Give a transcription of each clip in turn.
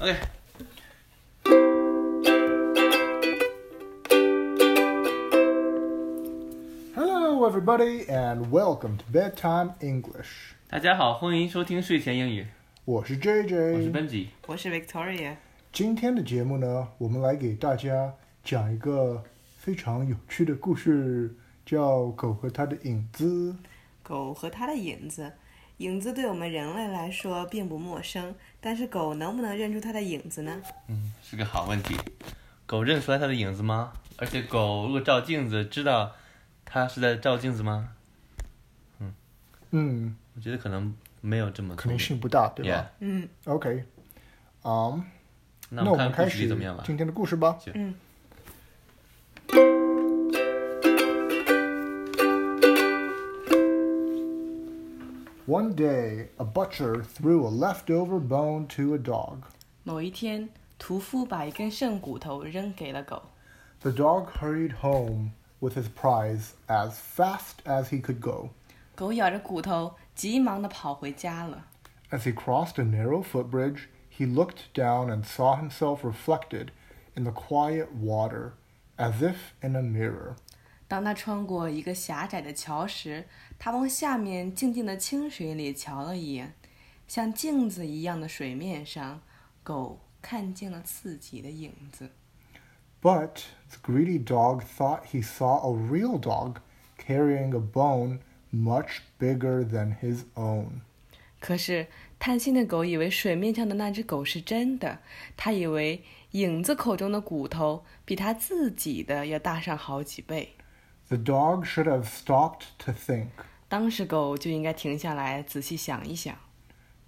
OK， Hello, everybody, and welcome to Bedtime English. 大家好，欢迎收听睡前英语，我是我是 JJ。 Benji。我是 Victoria，今天的节目呢，我们来给大家讲一个非常有趣的故事，叫《狗和它的影子》。狗和它的影子。影子对我们人类来说并不陌生，但是狗能不能认出它的影子呢？嗯，是个好问题。狗认出来它的影子吗？而且狗如果照镜子，知道它是在照镜子吗？嗯，我觉得可能没有这么可聪能明。性不大，对吧嗯， ？OK，嗯、 Yeah，那那我我们们看开故事始里怎么样吧。今天的故事吧。One day, a butcher threw a leftover bone to a dog. 某一天，屠夫把一根剩骨头扔给了狗， The dog hurried home with his prize as fast as he could go. 狗咬着骨头，急忙地跑回家了。 As he crossed a narrow footbridge, he looked down and saw himself reflected in the quiet water, as if in a mirror. 当他穿过一个狭窄的桥时，他往下面静静的清水里瞧了一眼，像镜子一样的水面上，狗看见了自己的影子。 But the greedy dog thought he saw a real dog carrying a bone much bigger than his own. 可是贪心的狗以为水面上的那只狗是真的，它以为影子口中的骨头比它自己的要大上好几倍。 The dog should have stopped to think, 当时狗就应该停下来仔细想一想，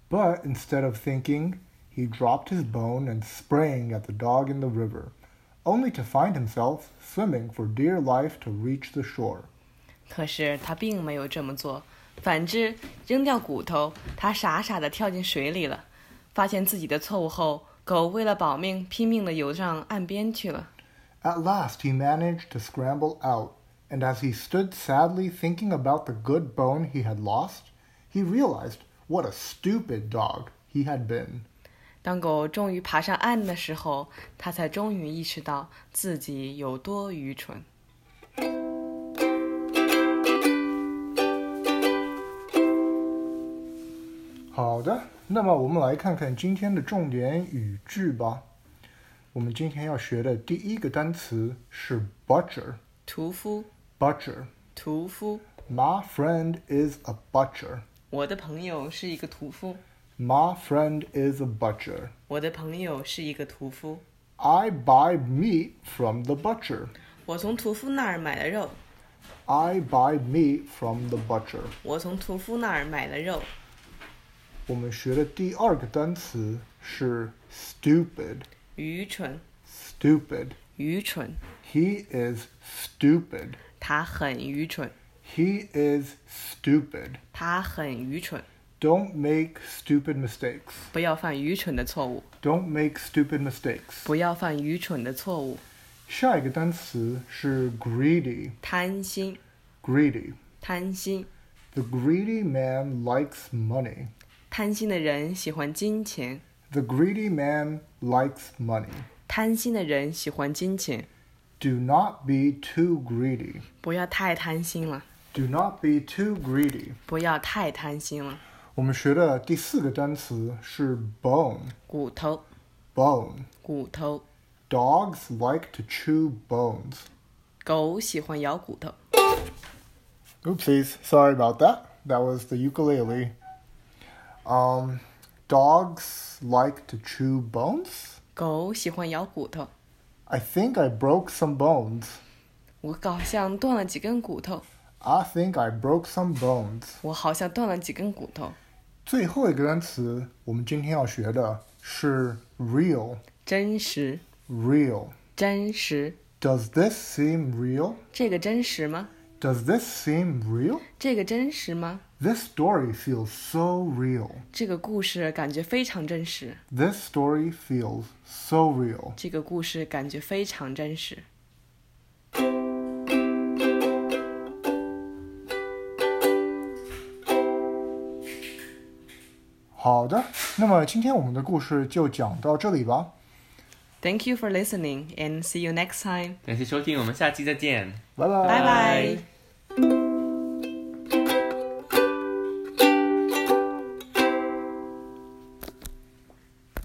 but instead of thinking, he dropped his bone and sprang at the dog in the river, only to find himself swimming for dear life to reach the shore. 可是它并没有这么做。反之，扔掉骨头，它傻傻地跳进水里了。发现自己的错误后，狗为了保命，拼命地游上岸边去了。 At last, he managed to scramble out, and as he stood sadly thinking about the good bone he had lost, he realized what a stupid dog he had been. 当狗终于爬上岸的时候，它才终于意识到自己有多愚蠢。好的，那么我们来看看今天的重点语句吧。我们今天要学的第一个单词是 butcher。屠夫， Butcher. 屠夫， My friend is a butcher. 我的朋友是一个屠夫， My friend is a butcher. 我的朋友是一个屠夫， I buy meat from the butcher. 我从屠夫那儿买了肉， I buy meat from the butcher. 我从屠夫那儿买了肉。我们学的第二个单词是 stupid. 愚蠢， Stupid. 愚蠢， He is stupid. 他很愚蠢， He is stupid. 他很愚蠢， Don't make stupid mistakes. 不要犯愚蠢的错误， Don't make stupid mistakes. 不要犯愚蠢的错误。下一个单词是 greedy. 贪心， Greedy. 贪心， The greedy man likes money. 贪心的人喜欢金钱， The greedy man likes money. 贪心的人喜欢金钱， Do not be too greedy. 不要太贪心了， Do not be too greedy. 不要太贪心了。我们学的第四个单词是 bone. 骨头， Bone. 骨头， Dogs like to chew bones. 狗喜欢咬骨头。 Oopsies. Sorry about that. That was the ukulele. Um, dogs like to chew bones? 狗喜欢咬骨头， I think I broke some bones. 我好像断了几根骨头， I think I broke some bones. 我好像断了几根骨头。最后一个单词，我们今天要学的是 real。真实， Real. 真实， Does this seem real? 这个真实吗？ Does this seem real? 这个真实吗？ This story feels so real. 这个故事感觉非常真实， This story feels so real. 这个故事感觉非常真实。好的，那么今天我们的故事就讲到这里吧， Thank you for listening and see you next time. 感谢收听，我们下期再见。拜拜， Bye bye.